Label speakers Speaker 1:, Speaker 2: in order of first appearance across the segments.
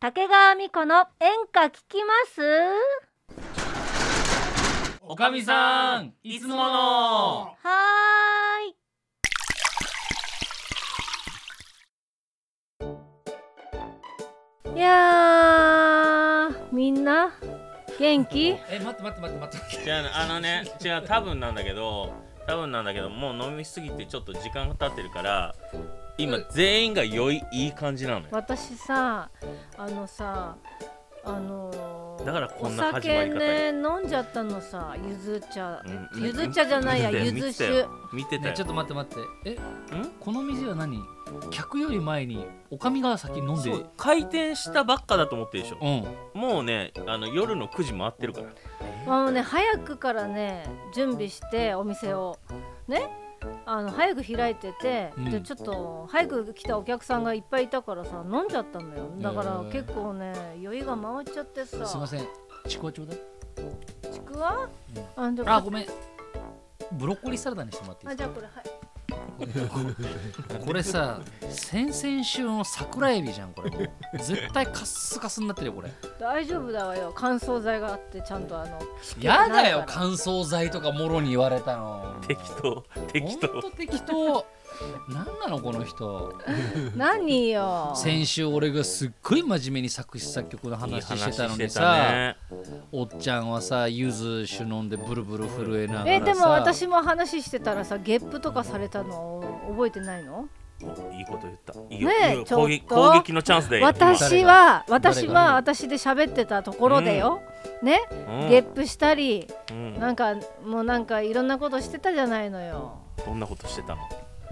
Speaker 1: 竹川美子の演歌聞きます
Speaker 2: おかみさんいつもの
Speaker 1: はーいいやーみんな元気
Speaker 2: え待って待って待って待って
Speaker 3: 違うのあのね違う多分なんだけど多分なんだけどもう飲みすぎてちょっと時間が経ってるから今全員が良いいい感じなのよ
Speaker 1: 私さあのさあのー
Speaker 3: だからこん
Speaker 1: お
Speaker 3: な始ま
Speaker 1: 酒
Speaker 3: り方
Speaker 1: ね飲んじゃったのさゆず茶、
Speaker 3: うん
Speaker 1: ゆず茶じゃないやゆず酒
Speaker 3: 見てた
Speaker 2: ね
Speaker 3: よ
Speaker 2: ちょっと待って待ってえこの店は何客より前におかみが先飲んで
Speaker 3: そうう回転したばっかだと思ってるでしょ
Speaker 2: ん
Speaker 3: もうねあの夜の9時回ってるから
Speaker 1: まあもうね早くからね準備してお店をねあの早く開いてて、
Speaker 2: うん
Speaker 1: でちょっと早く来たお客さんがいっぱいいたからさ飲んじゃったのよだから
Speaker 2: へえ
Speaker 1: 結構ね酔いが回っちゃってさ
Speaker 2: すいませんちくわちょうだい
Speaker 1: ちくわ、あで
Speaker 2: あごめんブロッコリーサラダにしてもらっていい
Speaker 1: あ
Speaker 2: で
Speaker 1: じゃ
Speaker 2: す
Speaker 1: あこれはい
Speaker 2: かこれさ先々週の桜エビじゃんこれもう絶対カッスカスになってるよこれ
Speaker 1: 大丈夫だわよ乾燥剤があってちゃんとあ の
Speaker 2: やだよ
Speaker 1: ないから
Speaker 2: 乾燥剤とかもろに言われたの
Speaker 3: 適当適当
Speaker 2: ほんと適当なんなのこの人
Speaker 1: 何よ
Speaker 2: 先週俺がすっごい真面目に作詞作曲の話してたの
Speaker 3: いい
Speaker 2: に
Speaker 3: 話
Speaker 2: さ、
Speaker 3: して
Speaker 2: おっちゃんはさゆず酒飲んでブルブル震えながらさ
Speaker 1: えでも私も話してたらさゲップとかされたの覚えてないの
Speaker 3: たねおいいこと言ったいいよ
Speaker 1: ねえ
Speaker 3: いいよ
Speaker 1: ちょっと
Speaker 3: 攻撃攻撃のチャンスで
Speaker 1: 私は
Speaker 2: 誰が
Speaker 1: 私は私で喋ってたところでよ、ね、ゲッ
Speaker 3: ゲ
Speaker 1: プしたり
Speaker 3: ッ
Speaker 1: なんかもうなんかいろんなことしてたじゃないのよ
Speaker 3: どんなことしてたの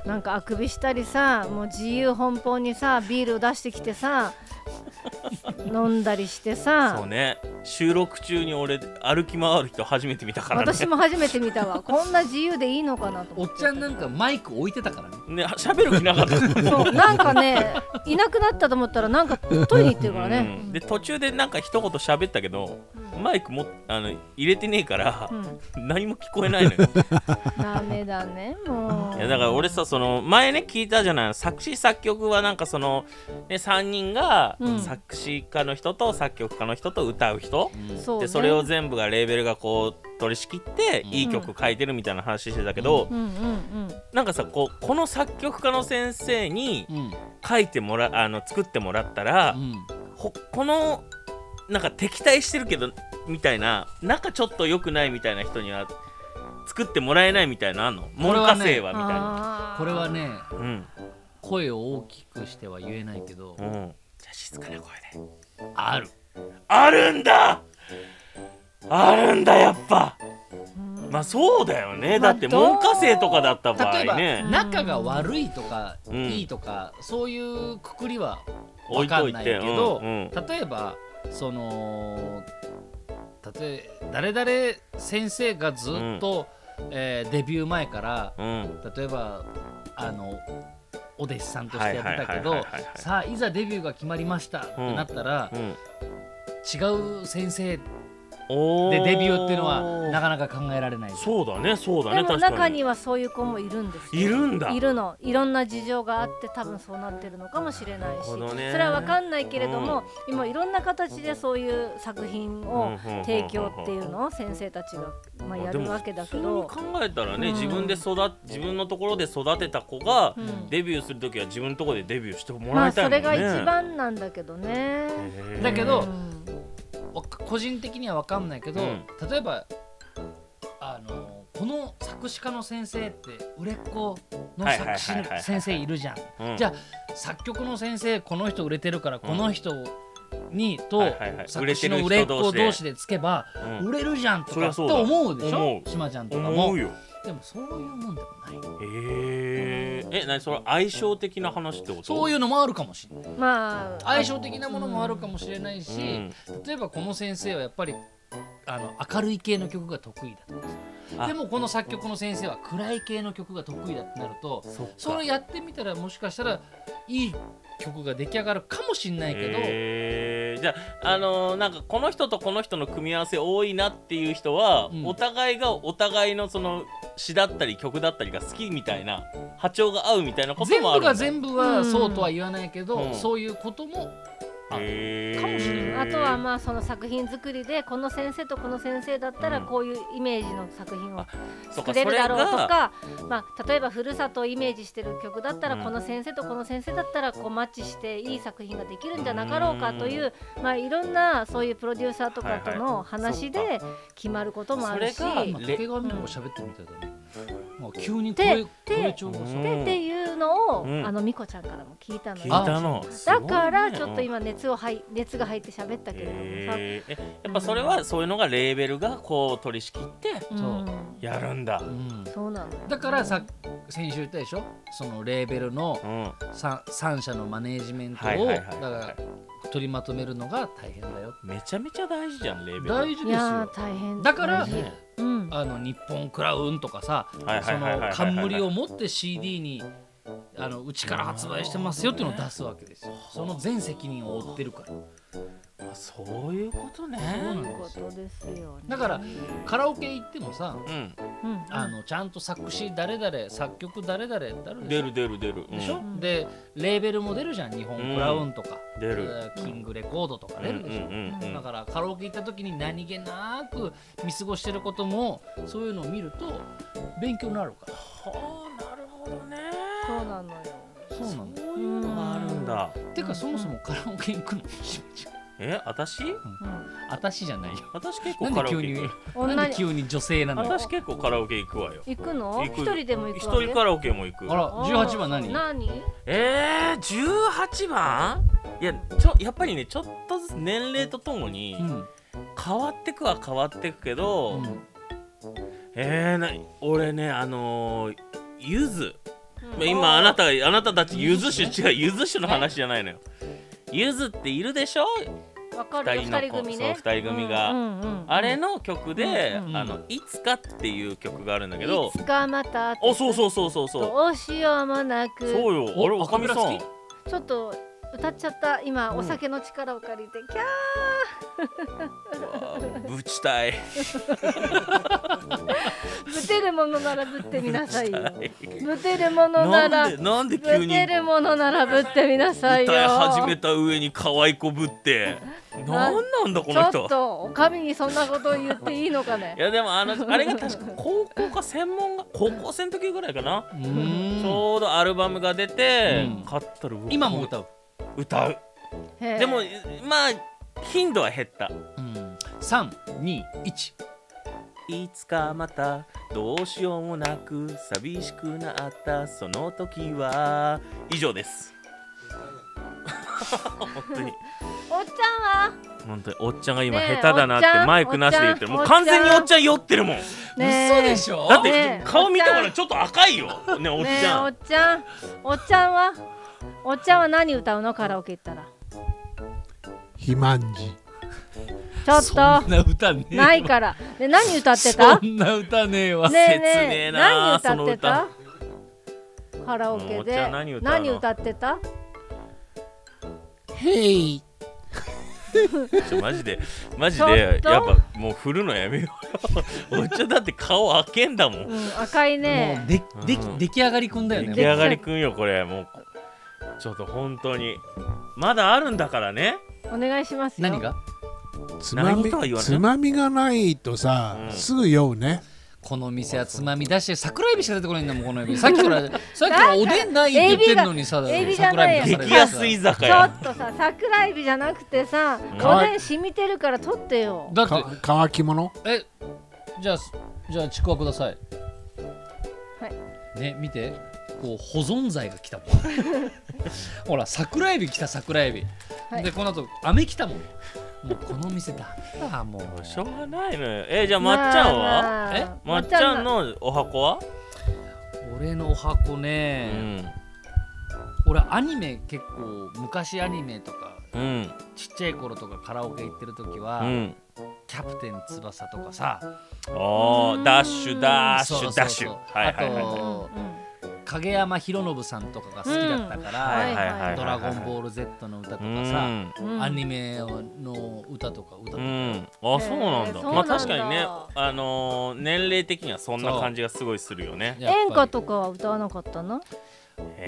Speaker 1: なんかあくびしたりさもう自由奔放にさビールを出してきて さ飲んだりしてさ
Speaker 3: そう、ね収録中に俺歩き回る人初めて見たからね
Speaker 1: 私も初めて見たわこんな自由でいいのかなと
Speaker 2: お
Speaker 1: 思
Speaker 2: っ
Speaker 1: って
Speaker 2: ちゃんなんかマイク置いてたからね
Speaker 3: ね喋る気な かった
Speaker 1: そうなんかねいなくなったと思ったらなんかトイレ行ってるからね、
Speaker 3: うんで途中でなんか一言喋ったけど
Speaker 1: うん
Speaker 3: マイクもあの入れてねえから
Speaker 1: うん、
Speaker 3: 何も聞こえない のよ
Speaker 1: ダメだねもう
Speaker 3: いやだから俺さその前ね聞いたじゃない作詞作曲はなんかその、ね、3人が
Speaker 1: うん
Speaker 3: 作詞家の人と作曲家の人と歌う人、
Speaker 1: そう、ね、
Speaker 3: でそれを全部がレーベルがこう取り仕切って
Speaker 2: うん
Speaker 3: いい曲書いてるみたいな話してたけど、
Speaker 1: うんうん
Speaker 3: なんかさこうこの作曲家の先生に
Speaker 2: うん
Speaker 3: 書いてもらあの作ってもらったら、ほこのなんか敵対してるけどみたいななんかちょっと良くないみたいな人には作ってもらえないみたいなのあんの
Speaker 2: れ
Speaker 3: 文
Speaker 2: は
Speaker 3: 科
Speaker 2: ね
Speaker 3: 生は
Speaker 1: うん
Speaker 3: みたいな、
Speaker 2: これはね
Speaker 3: うん
Speaker 2: 声を大きくしては言えないけど
Speaker 3: うんじゃあ静かな声で
Speaker 2: ある
Speaker 3: あるんだあるんだやっぱまあそうだよね
Speaker 1: まあ
Speaker 3: だって文科生とかだった場
Speaker 2: 例え
Speaker 3: 合
Speaker 2: ば、
Speaker 3: ね
Speaker 2: 仲が悪いとか、
Speaker 3: うん
Speaker 2: いいとかそういうくくりは
Speaker 3: 置
Speaker 2: 分
Speaker 3: い
Speaker 2: か
Speaker 3: と
Speaker 2: ん
Speaker 3: い
Speaker 2: ない
Speaker 3: て
Speaker 2: けど、
Speaker 3: うんうん
Speaker 2: 例えばその例え誰々先生がずっと、えーデビュー前から
Speaker 3: うん
Speaker 2: 例えばあのお弟子さんとしてやってたけ
Speaker 3: はい
Speaker 2: ど
Speaker 3: はいはいはいはい
Speaker 2: さあいざデビューが決まりましたってなったら、
Speaker 3: うん
Speaker 2: 違う先生で
Speaker 3: お
Speaker 2: デビューっていうのは
Speaker 3: か
Speaker 2: なかなか考えられないです
Speaker 3: そうだねそうだ
Speaker 1: で
Speaker 3: ね
Speaker 1: も
Speaker 3: 確
Speaker 1: 中
Speaker 3: か
Speaker 1: に
Speaker 3: に
Speaker 1: はそういう子もいるんですよ
Speaker 3: いるんだ
Speaker 1: いるのいろんな事情があって多分そうなってるのかもしれないし
Speaker 3: なるほど
Speaker 1: そ
Speaker 3: ね
Speaker 1: れは分かんないけれども、今いろんな形でそういう作品を
Speaker 3: うんうんうんうん
Speaker 1: 提供っていうのを先生たちが、まあ、
Speaker 3: まあ
Speaker 1: や
Speaker 3: で
Speaker 1: る
Speaker 3: も
Speaker 1: わけだけ
Speaker 3: 普
Speaker 1: ど
Speaker 3: 通に考えたらね、
Speaker 1: うん
Speaker 3: 自分で育自分のところで育てた子が、
Speaker 1: うん
Speaker 3: デビューするときは自分のところでデビューしても
Speaker 1: ま
Speaker 3: ら
Speaker 1: あ
Speaker 3: いたい
Speaker 1: そ
Speaker 3: もんね、
Speaker 1: れが一番なんだけどね。
Speaker 3: へー
Speaker 2: だけど
Speaker 1: うん
Speaker 2: わか個人的には分かんないけど、
Speaker 3: うん
Speaker 2: 例えばあのこの作詞家の先生って売れっ子の
Speaker 3: はいはいはいはい
Speaker 2: 作詞の先生いるじゃん。
Speaker 3: うん
Speaker 2: じゃあ作曲の先生この人売れてるからこの人にと、
Speaker 3: はいはいはい
Speaker 2: 作詞の売れっ子
Speaker 3: 売れてる人同
Speaker 2: 同
Speaker 3: 士
Speaker 2: 士でつけば
Speaker 3: うん
Speaker 2: 売れるじゃんと
Speaker 3: そり
Speaker 2: か
Speaker 3: ゃ
Speaker 2: って
Speaker 3: そうだ
Speaker 2: 思うでし
Speaker 3: 思
Speaker 2: ょ
Speaker 3: う
Speaker 2: しまちゃんとか
Speaker 3: 思
Speaker 2: も
Speaker 3: うよ
Speaker 2: でもそういうもんでもない
Speaker 3: えー、え何それ相性的な話ってこと
Speaker 2: そう
Speaker 3: い
Speaker 2: いうのもあるかもしれない
Speaker 1: まあ
Speaker 2: 相性的なものもあるかもしれないし、
Speaker 3: うん
Speaker 2: 例えばこの先生はやっぱりあの明るい系の曲が得意だとか
Speaker 3: あ
Speaker 2: さでもこの作曲の先生は暗い系の曲が得意だってなると
Speaker 3: そっか
Speaker 2: それやってみたらもしかしたらいい曲が出来上がるかもしれないけど、
Speaker 3: えーじゃあ、あのーなんかこの人とこの人の組み合わせ多いなっていう人は、
Speaker 2: うん
Speaker 3: お互いがお互いのその詩だったり曲だったりが好きみたいな波長が合うみたいなこと
Speaker 2: 全
Speaker 3: もある
Speaker 2: 部
Speaker 3: んだ
Speaker 2: が全部はそうとは言わないけど、
Speaker 3: うん
Speaker 2: そういうこともあ
Speaker 3: へー
Speaker 2: かもしれない
Speaker 1: あとはまあその作品作りでこの先生とこの先生だったら
Speaker 3: うん
Speaker 1: こういうイメージの作品を
Speaker 3: そう
Speaker 1: 作
Speaker 3: か
Speaker 1: れるだろうと
Speaker 3: それが
Speaker 1: か、まあ、例えばふるさとをイメージしてる曲だった
Speaker 3: う
Speaker 1: ら
Speaker 3: ん
Speaker 1: この先生とこの先生だったらこうマッチしていい作品ができるんじゃなかろうかという、まあ、いろんなそういうプロデューサーとかと
Speaker 3: はいは
Speaker 1: の話で決まることもあるし。
Speaker 3: それが
Speaker 2: 今
Speaker 3: ま
Speaker 2: 竹上の方が喋ってるみたいだね、まあ、急に
Speaker 1: で
Speaker 2: 声声調が
Speaker 3: う
Speaker 2: さ
Speaker 3: ん
Speaker 1: でっていうのを、
Speaker 3: うん
Speaker 1: あのみこちゃんからも聞いたの
Speaker 3: 聞
Speaker 1: よ
Speaker 3: いたの
Speaker 1: だからちょっと
Speaker 3: 今
Speaker 1: 今熱をはい熱が入って喋ったけれどもさ、
Speaker 3: えー、えやっぱそれはそういうのがレーベルがこう取り仕切って
Speaker 1: うん
Speaker 2: そう
Speaker 3: やるんだ、
Speaker 2: うん
Speaker 1: そうなの
Speaker 2: だからさ先週言ったでしょそのレーベルの
Speaker 3: うん、は
Speaker 2: 3, 三社のマネージメン
Speaker 3: い
Speaker 2: ト
Speaker 3: はい
Speaker 2: を
Speaker 3: はい
Speaker 2: だ
Speaker 3: はい
Speaker 2: から取りまとめるのが大変だよ
Speaker 3: めちゃめちゃ大事じゃんレーベル
Speaker 2: 大事
Speaker 1: い
Speaker 2: です
Speaker 1: やー
Speaker 2: よ
Speaker 1: 大変
Speaker 2: だから
Speaker 1: ね
Speaker 3: ね
Speaker 1: うん
Speaker 2: あの日本クラウンとかさそ
Speaker 3: はいはいはいはいはいは
Speaker 2: の
Speaker 3: い
Speaker 2: 冠を持って CD にあのうちから発売してますよっていうのを出すわけですよその全責任を負ってるから
Speaker 3: あそういうことね
Speaker 2: そうな
Speaker 1: と
Speaker 2: ん
Speaker 1: い
Speaker 2: で
Speaker 1: うことですよね
Speaker 2: だからカラオケ行ってもさ
Speaker 3: うん
Speaker 1: うん
Speaker 2: あのちゃんと作詞誰々作曲誰々ってあるでし
Speaker 3: 出
Speaker 2: ょ
Speaker 3: る出る出る
Speaker 2: でしょ、
Speaker 1: ん
Speaker 2: でレーベルも出るじゃん日本クラウンとか、
Speaker 3: うん出る
Speaker 2: えーキングレコードとか
Speaker 3: うん
Speaker 2: 出る
Speaker 3: うん
Speaker 2: でしょ、
Speaker 3: うんうん
Speaker 2: だからカラオケ行った時に何気なく見過ごしてることもそういうのを見ると勉強になるから
Speaker 3: はあなるほどね
Speaker 1: そうなのよ
Speaker 2: そうなんだ
Speaker 3: そういうのがあるんだ
Speaker 2: てかそもそもカラオケ行くのしめちゃん
Speaker 3: え私
Speaker 1: うん
Speaker 2: 私じゃないよ
Speaker 3: 私結構
Speaker 2: なんで
Speaker 3: カラオ
Speaker 2: 急
Speaker 3: ケ
Speaker 2: に
Speaker 3: 行く
Speaker 2: な
Speaker 1: 女
Speaker 2: んで
Speaker 1: に
Speaker 2: 急に女性なの
Speaker 3: 私結構カラオケ行くわよ
Speaker 1: 行くの
Speaker 3: 行く
Speaker 1: 一人でも行
Speaker 3: 一
Speaker 1: くわけ
Speaker 3: 人カラオケも行く
Speaker 2: あら18番
Speaker 1: あ
Speaker 2: 何
Speaker 1: ー何
Speaker 3: えー、18番いやちょやっぱりねちょっとずつ年齢とともに
Speaker 2: うん
Speaker 3: 変わってくは変わってくけど、
Speaker 2: うん
Speaker 3: えー、な俺ねあのー、ゆず、まあ
Speaker 1: うん
Speaker 3: 今あなたあなたたちゆず酒
Speaker 2: ゆず
Speaker 3: 違うゆず酒の話じゃないのよゆずっているでしょ
Speaker 1: わかるよ
Speaker 3: 二人の
Speaker 1: 二人組ね
Speaker 3: そう二人組が
Speaker 1: うんうんうん
Speaker 3: あれの曲で「
Speaker 2: うん
Speaker 3: あのいつか」っていう曲があるんだけど
Speaker 1: いつかまた
Speaker 3: あそうそうそうそうそう
Speaker 1: どうしようもなく
Speaker 3: そうよ
Speaker 2: お
Speaker 3: 俺おかみさ
Speaker 2: アカペ
Speaker 3: ん
Speaker 2: ラ好
Speaker 1: ちょっと歌っちゃった今、
Speaker 3: うん
Speaker 1: お酒の力を借りてキャ
Speaker 3: わーぶちたい
Speaker 1: ーぶてるものならぶってみ なさいよ
Speaker 3: ぶちたい
Speaker 1: ぶてるものな
Speaker 3: な
Speaker 1: ら
Speaker 3: んで
Speaker 1: ぶ
Speaker 3: なんで急に
Speaker 1: てるものならぶってみなさいよ
Speaker 3: 歌い始めた上に可愛い子ぶ って
Speaker 1: な
Speaker 3: なんなんだこ
Speaker 1: ち
Speaker 3: の
Speaker 1: ょっ
Speaker 3: 人
Speaker 1: とおかみにそんなことを言っていいのかね
Speaker 3: いやでもあのあれが確か高校か専門が高校生の時ぐらいかな、
Speaker 2: うーん
Speaker 3: ちょうどアルバムが出て、
Speaker 2: うん
Speaker 3: 買ったら
Speaker 2: 今も歌う、
Speaker 3: 歌う
Speaker 1: へえ
Speaker 3: でもまあ頻度は減った
Speaker 2: うん、321
Speaker 3: いつかまたどうしようもなく寂しくなったその時は以上です本当に
Speaker 1: おっちゃんは
Speaker 3: 本当におっちゃんが今
Speaker 1: ねえ
Speaker 3: 下手だなっ
Speaker 1: おっちゃ
Speaker 3: て
Speaker 1: ん
Speaker 3: マイクなしで言ってるも
Speaker 1: お
Speaker 3: う
Speaker 1: っちゃん
Speaker 3: 完全におっちゃん酔ってるもん
Speaker 1: ねえ
Speaker 2: 嘘でしょ
Speaker 3: だっ
Speaker 1: ね
Speaker 3: て
Speaker 1: え
Speaker 3: 顔見て
Speaker 1: おっち
Speaker 3: も
Speaker 1: ゃ
Speaker 3: ら
Speaker 1: ん
Speaker 3: ちょっと赤いよねおっち
Speaker 1: ねえ
Speaker 3: ゃ
Speaker 1: お
Speaker 3: ん
Speaker 1: っちゃんおっちゃんはおっちゃんは何歌うのカラオケ行ったら
Speaker 4: 肥満児
Speaker 1: ちょっ
Speaker 2: そん
Speaker 1: と
Speaker 2: な歌ねえわ
Speaker 1: ないからで何歌ってた
Speaker 2: そんな歌ねえわ、
Speaker 1: ねえね
Speaker 3: 切ね
Speaker 1: え
Speaker 3: え
Speaker 1: 何
Speaker 3: な
Speaker 1: 歌ってたカラオ
Speaker 3: もう
Speaker 1: ケ
Speaker 3: おっち
Speaker 1: で
Speaker 3: ゃん何歌うの
Speaker 1: 何歌ってた
Speaker 4: へい
Speaker 3: ちょマジでマジ
Speaker 1: ちょ
Speaker 3: で
Speaker 1: っと
Speaker 3: やっぱもう振るのやめようよ おっちゃんだって顔開けんだもん
Speaker 1: うん、赤い
Speaker 2: もう
Speaker 1: ね。
Speaker 2: でで
Speaker 3: うん
Speaker 2: 出来上がりくんだよ
Speaker 3: 出
Speaker 2: ね
Speaker 3: 来上がりくんよこれもうちょっと本当にまだあるんだからね
Speaker 1: お願いしますよ。
Speaker 2: 何が
Speaker 4: つま
Speaker 3: 何
Speaker 4: み
Speaker 3: とは言わない
Speaker 4: つまみがないとさ、
Speaker 3: うん
Speaker 4: すぐ酔うね
Speaker 2: この店はつまみ出して桜エビしか出てこないんだもんこのエビさっ きからさっきからおでんないって言ってるのにさ
Speaker 1: エビが
Speaker 2: 桜エビ出さ
Speaker 3: 激
Speaker 2: れてさ
Speaker 3: 安居
Speaker 1: ち
Speaker 3: 酒
Speaker 1: ょ
Speaker 3: 屋
Speaker 1: っとさ、桜エビじゃなくてさ、
Speaker 2: ん
Speaker 1: おでん染みてるから取ってよ。
Speaker 2: だって
Speaker 4: か乾き物
Speaker 2: えじゃあじゃあちくわください
Speaker 1: はい
Speaker 2: ね見てこう保存剤が 来たもんほら桜エビ来た桜エビ、
Speaker 1: はい
Speaker 2: でこの後飴来たもんもうこの店 ダメだもう
Speaker 3: しょうがないのよえじゃあまっちゃんは
Speaker 1: なあなあ
Speaker 3: まっちゃん
Speaker 1: まっ
Speaker 3: のお箱は
Speaker 2: 俺のお箱
Speaker 3: う
Speaker 2: ね、
Speaker 3: ん
Speaker 2: 俺アニメ結構昔アニメとか
Speaker 3: うん
Speaker 2: ちっちゃい頃とかカラオケ行ってる時
Speaker 3: う
Speaker 2: は、
Speaker 3: ん
Speaker 2: キャプテン翼とかさ
Speaker 3: お
Speaker 1: う
Speaker 3: ー
Speaker 1: ん
Speaker 3: ダッシュダッシ
Speaker 2: そうそう
Speaker 3: ュ
Speaker 2: そう
Speaker 3: ダッシュはいはいはい
Speaker 2: あ
Speaker 1: ちゃん
Speaker 2: の
Speaker 1: の
Speaker 2: 影山博信さんとかが好きだったか
Speaker 1: うん
Speaker 2: ら
Speaker 1: はい
Speaker 2: 「ドラゴンボール Z」の歌とかさ
Speaker 3: う
Speaker 1: う
Speaker 3: ん
Speaker 1: んうん
Speaker 2: アニメの歌とか歌と
Speaker 3: う
Speaker 2: か
Speaker 3: ん、あ、そうな
Speaker 1: そうなん
Speaker 3: んだ。
Speaker 1: だ
Speaker 3: まあ確かにね、あのー年齢的にはそんな感じがすごいするよね。
Speaker 1: 演歌
Speaker 2: と
Speaker 1: とかは歌わなかったの？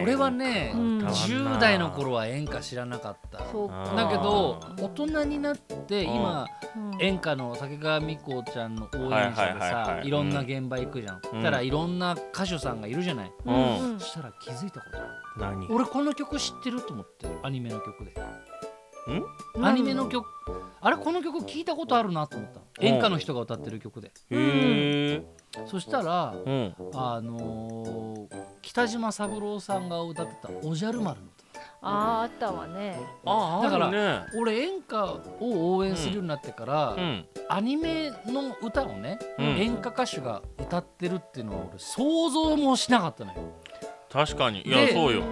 Speaker 2: 俺はね、
Speaker 1: うん
Speaker 2: 10代の頃は演歌知らなかった
Speaker 1: そうか
Speaker 2: だけど
Speaker 1: あー
Speaker 2: 大人になって今
Speaker 1: うん
Speaker 2: 演歌の竹川美子ちゃんの応援
Speaker 3: はいは
Speaker 2: 者
Speaker 3: い
Speaker 2: で
Speaker 3: はい
Speaker 2: さ
Speaker 3: はい
Speaker 2: いろんな現場行くじゃん、そしたらいろんな歌手さんがいるじゃない、
Speaker 1: うんうん
Speaker 2: そしたら気づいたこと
Speaker 3: 何
Speaker 2: 俺この曲知ってると思ってアニメの曲で
Speaker 1: うん
Speaker 2: アニメの曲あれこの曲聞いたことあるなと思ったの
Speaker 3: うん
Speaker 2: 演歌の人が歌ってる曲で
Speaker 3: へえ
Speaker 2: そしたら
Speaker 3: うん
Speaker 2: あのー北島三郎さんが歌ってた「おじゃる丸」の歌
Speaker 1: あーあったわね
Speaker 3: ああ
Speaker 2: だから
Speaker 3: らね
Speaker 2: 俺演歌を応援するようになってから、
Speaker 3: うん
Speaker 2: アニメの歌をね、
Speaker 3: うん
Speaker 2: 演歌歌手が歌ってるっていうのは俺想像もしなかったのよ。
Speaker 3: 確かにいや
Speaker 2: で
Speaker 3: そうよう
Speaker 1: う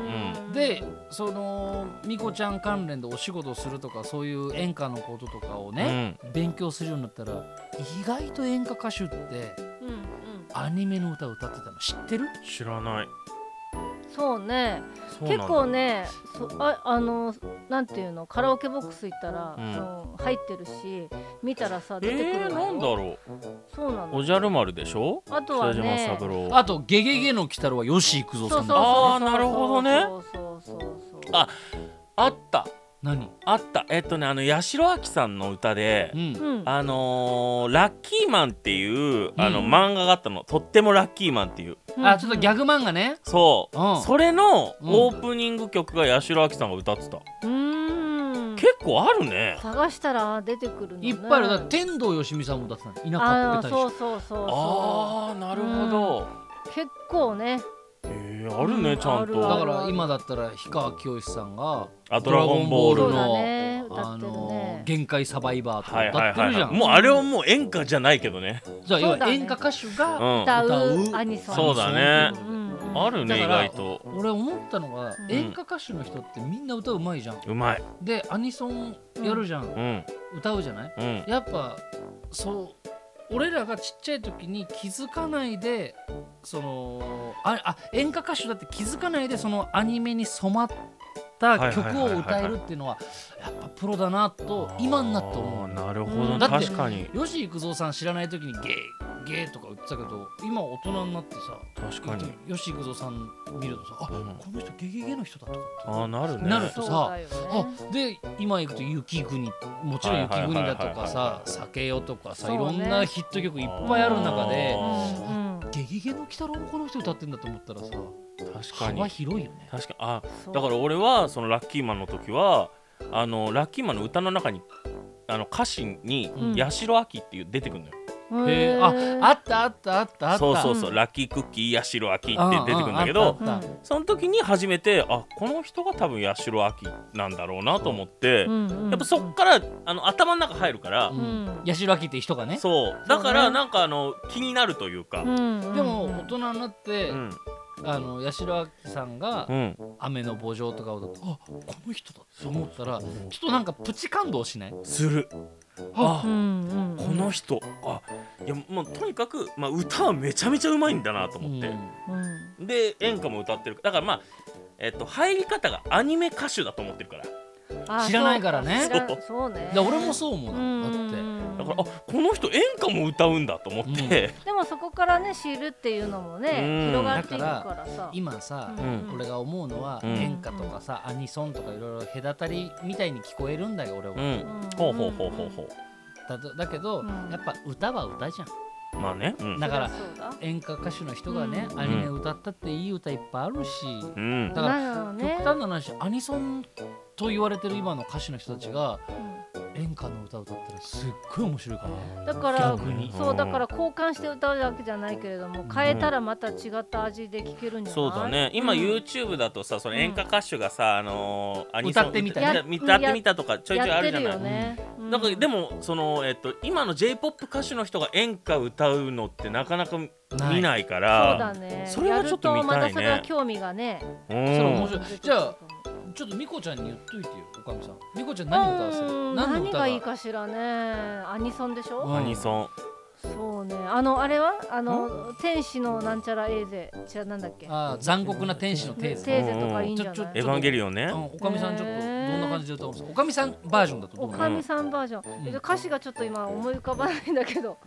Speaker 1: んん
Speaker 2: でそのミコちゃん関連でお仕事するとかそういう演歌のこととかをね、勉強するようになったら意外と演歌歌手って
Speaker 1: うんうん
Speaker 2: アニメの歌を歌ってたの知ってる
Speaker 3: うん知らない
Speaker 1: そうね
Speaker 3: そうなん
Speaker 1: 結
Speaker 3: だ
Speaker 1: 構ねそああのなんていうのカラオケボックス行ったら、
Speaker 3: うん
Speaker 1: その入ってるし見たらさ
Speaker 3: え
Speaker 1: 出てくる
Speaker 3: ー
Speaker 1: わよ
Speaker 3: なんだろう
Speaker 1: そうなの
Speaker 3: おじゃる丸でしょ
Speaker 1: あと
Speaker 3: 北
Speaker 1: は
Speaker 3: 島
Speaker 1: ね
Speaker 3: 三郎
Speaker 2: あと「ゲゲゲの鬼太郎」は吉幾
Speaker 1: そうそう
Speaker 2: 三さ
Speaker 1: んそ
Speaker 2: だ
Speaker 1: う
Speaker 3: あーなるほどね
Speaker 1: そうそうそうそう
Speaker 3: ああった
Speaker 2: 何
Speaker 3: あったえっとねあの八代亜紀さんの歌で
Speaker 2: う
Speaker 1: うんん
Speaker 3: あのーラッキーマンっていうあの
Speaker 2: うん
Speaker 3: 漫画があったのとってもラッキーマンっていう
Speaker 2: あちょっとギャ
Speaker 1: グ
Speaker 2: グ漫画ね
Speaker 3: そう、
Speaker 2: うん
Speaker 3: それのオープニング曲が八代亜紀さんが歌ってた、
Speaker 1: うーん
Speaker 3: 結構あるね
Speaker 1: 探したら出てくるのね
Speaker 2: いっぱいあるだから天童よしみさんも歌ってたの田舎
Speaker 1: あ
Speaker 2: っ
Speaker 1: あ
Speaker 2: ぺたり
Speaker 1: そ
Speaker 2: し
Speaker 1: うそうそうそ
Speaker 3: あーなるほど、
Speaker 1: う結構ね
Speaker 3: えーあるね、
Speaker 1: うん
Speaker 3: ちゃん
Speaker 1: あ
Speaker 2: て
Speaker 1: る
Speaker 2: だ
Speaker 1: あ
Speaker 3: と
Speaker 2: か
Speaker 1: る
Speaker 2: ら今だったら氷川きよしさんが
Speaker 3: あドラゴンボー
Speaker 1: そ
Speaker 3: ル
Speaker 1: う
Speaker 2: ド
Speaker 3: の
Speaker 2: ラ
Speaker 1: だ
Speaker 2: ゴンボ
Speaker 1: ね歌
Speaker 2: あ
Speaker 1: ってる
Speaker 2: の
Speaker 1: ね
Speaker 2: 限界サバイバーと
Speaker 3: は
Speaker 2: か
Speaker 3: いはい
Speaker 2: 歌って
Speaker 3: は
Speaker 2: る
Speaker 3: い
Speaker 2: じゃ
Speaker 3: はい
Speaker 2: ん
Speaker 3: もうあれはもう演歌じゃないけどね
Speaker 2: じゃあ要
Speaker 1: そうだ
Speaker 2: は
Speaker 1: ね
Speaker 2: 演歌歌手
Speaker 3: う
Speaker 2: が
Speaker 3: ん
Speaker 1: 歌
Speaker 2: 歌
Speaker 1: う
Speaker 2: う
Speaker 1: アニソン
Speaker 3: そうだね
Speaker 1: うんうん
Speaker 3: あるね意
Speaker 2: だから
Speaker 3: 外と
Speaker 2: 俺思ったのが
Speaker 1: うん
Speaker 2: 演歌歌手の人ってみんな歌うまいじゃん
Speaker 3: うまい
Speaker 2: でアニソンやるじゃん
Speaker 3: うん
Speaker 2: 歌うじゃない
Speaker 3: うん
Speaker 2: やっぱそう俺らがちっちゃい時に気づかないでそのああ演歌歌手だって気づかないでそのアニメに染まった曲を歌えるっていうのはやっぱプロだなと今になって思
Speaker 3: あ
Speaker 2: う
Speaker 3: ー
Speaker 2: の
Speaker 3: なるほど、
Speaker 1: うん
Speaker 2: だって
Speaker 3: 確かに
Speaker 2: 吉幾三さん知らない時にゲーゲーとか言ってたけど今大人になってさ
Speaker 3: 確かに
Speaker 2: 吉幾三さん見るとさあ、
Speaker 3: うん
Speaker 2: この人ゲゲゲの人だとかって
Speaker 3: あーなるね
Speaker 2: なる
Speaker 1: そうだよね
Speaker 2: あで今行くと「雪国」もちろん「雪
Speaker 3: はい
Speaker 2: 国」だとか
Speaker 3: はいはいは
Speaker 2: さ「
Speaker 3: い
Speaker 2: 酒よ」とかさ、
Speaker 1: そうね
Speaker 2: いろんなヒット曲いっぱいある中
Speaker 1: う
Speaker 2: で
Speaker 1: んうん
Speaker 2: 「ゲゲゲの鬼太郎」もこの人歌ってんだと思ったらさ
Speaker 3: 確かに
Speaker 2: 幅広いよね。
Speaker 3: 確かにあ
Speaker 1: そう
Speaker 3: だから俺はそのラッキーマンの時はあのラッキーマンの歌の中にあの歌詞に
Speaker 1: うん
Speaker 3: 「八代亜紀」っていう出てくるのよ、
Speaker 2: へえああったあったあったあった。
Speaker 3: そうそうそう、
Speaker 1: うん
Speaker 3: ラッキークッキー八代亜紀って出てくるんだけ
Speaker 2: あああ
Speaker 3: ど
Speaker 2: ああった
Speaker 3: その時に初めてあこの人が多分八代亜紀なんだろうなと思って、
Speaker 1: や
Speaker 3: やっぱそっからあの頭の中入るから、
Speaker 2: うん
Speaker 1: うん
Speaker 2: 八代亜紀って人がね。
Speaker 3: そうだから
Speaker 1: そうね
Speaker 3: なんかあの気になるというか、うん
Speaker 2: で
Speaker 1: で
Speaker 2: も大人になって、
Speaker 3: うん
Speaker 2: あの八代亜紀さんが「雨の墓場」とかを歌ってあこの人だと思ったらちょっとなんかプチ感動しない
Speaker 3: する
Speaker 2: あ
Speaker 3: あこの人あいやもうとにかく、まあ、歌はめちゃめちゃうまいんだなと思って。
Speaker 2: うん
Speaker 3: で演歌も歌ってるだからまあえっと入り方がアニメ歌手だと思ってるからだ
Speaker 2: 知らないからね
Speaker 1: そうそうね
Speaker 2: で俺もそう思うのだって
Speaker 1: ん
Speaker 3: からあこの人演歌も歌うんだと思って、
Speaker 1: でもそこからね知るっていうのもね
Speaker 3: うん
Speaker 1: 広がっていくからさ
Speaker 2: 今さ、
Speaker 3: うん
Speaker 2: 俺が思うのは、
Speaker 3: うん
Speaker 2: 演歌とかさアニソンとかいろいろ隔たりみたいに聞こえるんだよ俺は、
Speaker 3: うん
Speaker 1: ん
Speaker 3: ほうほうほうほうほ
Speaker 2: だとだけど、
Speaker 1: うん
Speaker 2: やっぱ歌は歌じゃん
Speaker 3: うまあねうん、
Speaker 2: だから
Speaker 1: そうだ
Speaker 2: 演歌歌手の人がね、
Speaker 1: う
Speaker 2: アニメ歌ったっていい歌いっぱいあるし、
Speaker 3: うん
Speaker 2: だから
Speaker 1: なの
Speaker 2: 極
Speaker 1: ね
Speaker 2: 端な話アニソンと言われてる今の歌手の人たちが演歌の歌歌ったらすっごい面白いからね
Speaker 1: だから
Speaker 2: 逆に
Speaker 1: そうだから交換して歌うわけじゃないけれども変えたらまた違った味で聴けるんじゃない
Speaker 3: そうだね今
Speaker 1: うん
Speaker 3: YouTube だとさその演歌歌手がさ、あのーアニソン
Speaker 2: 歌ってみた
Speaker 3: 歌
Speaker 1: や
Speaker 3: 歌ってみたとかちょいちょい
Speaker 1: や
Speaker 3: あ
Speaker 1: っ
Speaker 3: る
Speaker 1: て
Speaker 3: じゃ
Speaker 1: る
Speaker 3: ない、
Speaker 1: よね
Speaker 3: だからで
Speaker 1: も
Speaker 3: もその、えっと、今の j p o p 歌手の人が演歌歌うのってなかなか見
Speaker 2: ない
Speaker 3: ないか
Speaker 1: そうだ
Speaker 3: ら
Speaker 1: ね
Speaker 3: それはちょっと見たい
Speaker 1: や
Speaker 3: ね
Speaker 1: るとまたそれは興味がね
Speaker 3: う
Speaker 2: それ
Speaker 3: ん
Speaker 2: 面白いじゃあちょっとミコちゃんに言っといてよおかみさんミコちゃん何歌わせ
Speaker 1: うー
Speaker 2: る
Speaker 1: ん
Speaker 2: 何の
Speaker 1: 何
Speaker 2: 歌
Speaker 1: がいいかしらねアニソンでしょ
Speaker 2: うん
Speaker 3: アニソ
Speaker 1: そうねあのあれはあの天使のなんちゃらエーゼじゃあなんだっけ
Speaker 2: あー残酷な天使の
Speaker 1: テ
Speaker 2: テ
Speaker 1: ー
Speaker 2: ーゼ
Speaker 1: ゼとかいいんじゃ
Speaker 2: ちょ
Speaker 1: な
Speaker 2: ち
Speaker 1: い
Speaker 3: ン「エ
Speaker 2: ょ
Speaker 3: ヴァンゲリオンね」
Speaker 2: うんおかみさんちょっと
Speaker 1: ねえね
Speaker 2: どんな感じで歌うんですかおかみさんバージョンだとど
Speaker 1: お
Speaker 2: うな
Speaker 1: か
Speaker 2: の
Speaker 1: みさんバージョン、
Speaker 2: うん
Speaker 1: えっと歌詞がちょっと今思い浮かばないんだけど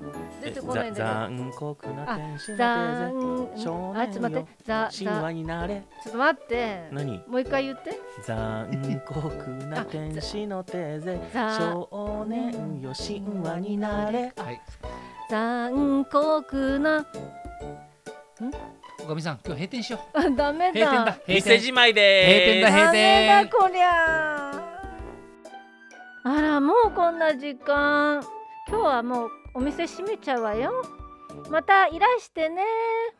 Speaker 1: 出てこないんだ
Speaker 3: ざ残酷な天使
Speaker 1: けど
Speaker 3: の
Speaker 1: ざ
Speaker 3: テ
Speaker 1: ー
Speaker 3: ーゼ少
Speaker 1: んあちょっと
Speaker 3: 年
Speaker 1: 待っ
Speaker 3: よ
Speaker 1: てざ
Speaker 3: 神
Speaker 1: ざ
Speaker 3: 話になれ
Speaker 1: ちょっと待って
Speaker 3: 何
Speaker 1: もう一回言って
Speaker 3: 残酷な天使のテーゼ
Speaker 1: ざ
Speaker 3: 少 年よ神話になれ
Speaker 2: はい
Speaker 1: 残酷な
Speaker 2: おかみさん今日閉店しよう
Speaker 1: あダメ
Speaker 2: 閉店
Speaker 1: だ
Speaker 2: だ閉
Speaker 3: 店
Speaker 2: 店
Speaker 3: じまいで
Speaker 2: 閉
Speaker 1: ダ
Speaker 3: ーす
Speaker 2: 店閉
Speaker 1: メ
Speaker 2: 店
Speaker 1: だこりゃーあらもうこんな時間今日はもうお店閉めちゃうわよまたいらしてねー